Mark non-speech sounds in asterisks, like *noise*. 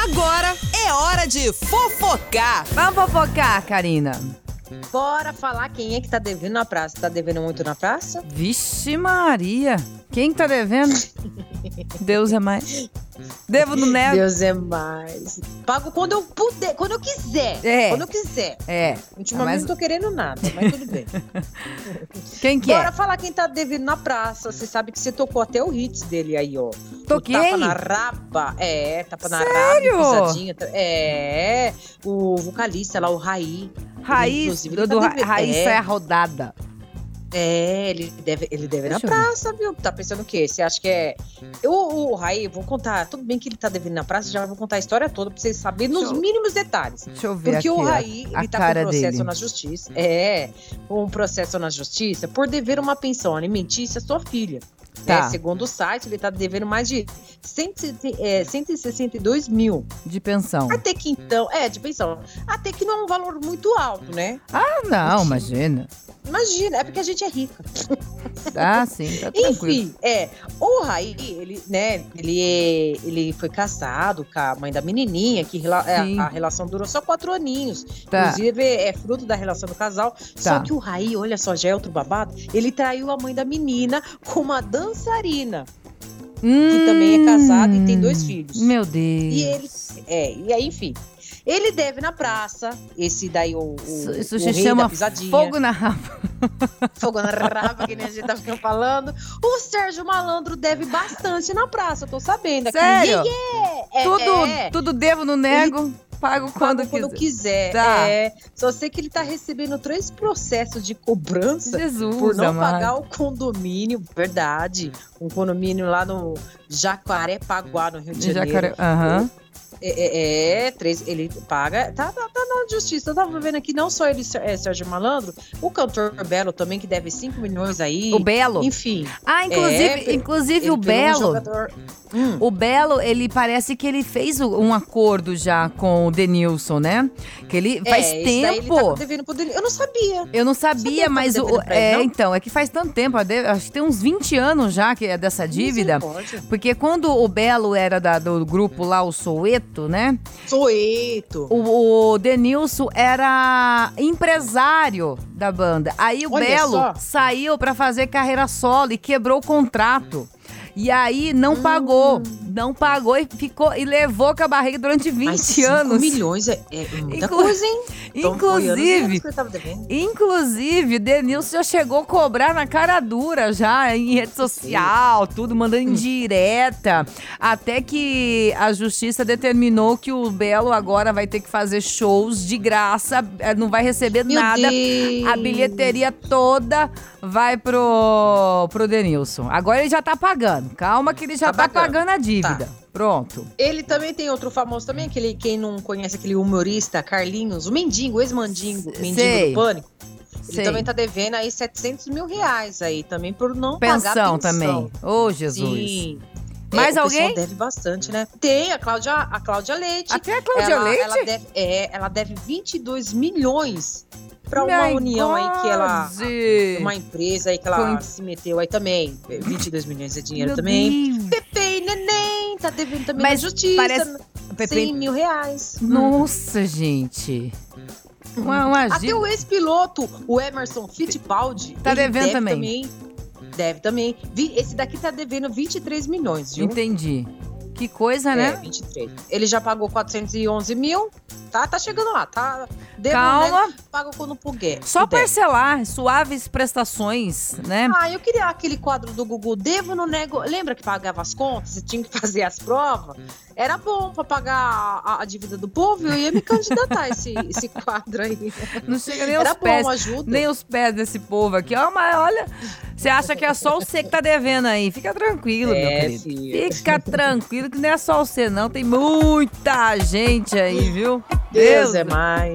Agora é hora de fofocar. Vamos fofocar, Karina. Bora falar quem é que tá devendo na praça. Tá devendo muito na praça? Vixe Maria. Quem tá devendo? Deus é mais. Devo no Neto. Deus é mais. Pago quando eu puder, quando eu quiser. É. Quando eu quiser. É. Ultimamente mas- não tô querendo nada, mas tudo bem. Quem *laughs* que Bora é? falar quem tá devendo na praça. Você sabe que você tocou até o hits dele aí, ó. Toquei? O tapa na raba. É, tapa na Sério? raba, pisadinha. tá- É, o vocalista lá, o Raí. Raiz, Inclusive, do, ele do tá Ra- devendo- Raiz é. é a rodada. É, ele deve, ele deve na Deixa eu ver. praça, viu? Tá pensando o quê? Você acha que é. Eu, o Raí, vou contar. Tudo bem que ele tá devendo na praça, já vou contar a história toda pra vocês saberem nos Deixa eu- mínimos detalhes. Deixa eu ver Porque aqui. o ó. Raí, a ele tá com cara um processo dele. na justiça. É, um processo na justiça por dever uma pensão alimentícia à sua filha. Tá. né? Segundo o site, ele tá devendo mais de 160 é, 162 mil. De pensão. Até que então. É, de pensão. Até que não é um valor muito alto, né? Ah, não, imagina. Imagina, é porque a gente é rica. Ah, sim, tá tranquilo. Enfim, é. O Raí, ele, né, ele, é, ele foi casado com a mãe da menininha, que rela- é, Sim. a, relação durou só quatro aninhos. Tá. Inclusive, é fruto da relação do casal. Tá. Só que o Raí, olha só, já é outro babado, ele traiu a mãe da menina com uma dançarina. que também é casado e tem dois filhos. Hum, Meu Deus. E ele, é, e aí, enfim. Ele deve na praça, esse daí o, o, Isso, o isso rei se chama da pisadinha. fogo na rapa. Fogo na raba, que nem a gente tá ficando falando. O Sérgio Malandro deve bastante na praça, eu tô sabendo. aqui. Sério? É, tudo, é. tudo devo, não nego, pago quando, Paga quando quiser. quiser. Tá. É, só sei que ele tá recebendo três processos de cobrança Jesus, por não amado. pagar o condomínio, verdade. Um condomínio lá no Jacarepaguá, no Rio de De Janeiro. jacaré. Aham. É, é, é, três, ele paga. Tá, tá, tá na justiça. Eu tava vendo aqui não só ele, é, Sérgio Malandro, o cantor Belo também, que deve 5 milhões aí. O Belo. Enfim. Ah, inclusive, É, inclusive ele o pegou um Belo. jogador- Hum. O Belo, ele parece que ele fez o- um acordo já com o Denilson, né? Que ele faz É, isso daí ele tempo. tava devendo pro Danilo. Eu não sabia. Eu não Sabia sabia, que tava mas o. devendo pra ele, É, não? então, é que faz tanto tempo, ade- acho que tem uns 20 anos já que é dessa dívida. Misericórdia. Porque quando o Belo era da- do grupo lá, o Soueto, né? Soeto. O, o Denilson era empresário da banda. Aí o Olha Belo só. saiu pra fazer carreira solo e quebrou o contrato. E aí não Hum. pagou. Não pagou e ficou e levou com a barriga durante 20 Mas cinco anos. milhões é, é muita Inclu- coisa, hein? Então, foi anos e anos Inclusive, que ele tava devendo. Inclusive, Denilson já chegou a cobrar na cara dura já, em rede social, tudo, Hum. mandando indireta. Até que a justiça determinou que o Belo agora vai ter que fazer shows de graça, eh, não vai receber Meu nada. Deus. A bilheteria toda vai pro, pro Denilson. Agora ele já tá pagando. Calma que ele já tá, Tá pagando. pagando. a dívida. Tá. Pronto. Ele também tem outro famoso também, aquele, quem não conhece aquele humorista, Carlinhos, o Mendigo, o ex-Mendigo, S- Mendigo sei. do Pânico. Ele Sei. também tá devendo aí 700 mil reais aí, também por não pagar Pensão pensão. também. Ô, Jesus. Sim. É, Mais o alguém? pessoal deve bastante, né? Tem a Cláudia, a Cláudia Leite. Até a Cláudia ela, Leite? Ela deve, é, ela deve 22 milhões pra uma My união aí que ela... God. Uma empresa aí que ela Com- se meteu aí também. 22 milhões é dinheiro Meu também. Deus. Pepe e Neném tá devendo também Mas na justiça. parece- Pepe- Hum. 100 mil reais. Nossa, gente. Uma, uma Até dívida. o ex-piloto, o Emerson Fittipaldi. Tá ele devendo deve também. Deve também. Vi- Esse daqui tá devendo 23 milhões, viu? Entendi. Que coisa, É, né? 23. Ele já pagou 411 mil. Tá, tá chegando lá, tá? Deve, né? Calma. Paga quando puder. Só puder. parcelar suaves prestações, né? Ah, eu queria aquele quadro do Gugu, devo no nego. Lembra que pagava as contas? Você tinha que fazer as provas? Era bom pra pagar a, a dívida do povo, eu ia me candidatar a esse, esse quadro aí. Não chega nem Ah, Era aos pés. bom, ajuda. Nem os pés desse povo aqui. Ó, mas olha, você acha que é só você que tá devendo aí. Fica tranquilo, meu É, querido. filho. Fica tranquilo que não é só você, não. Tem muita gente aí, viu? Deus é é mais.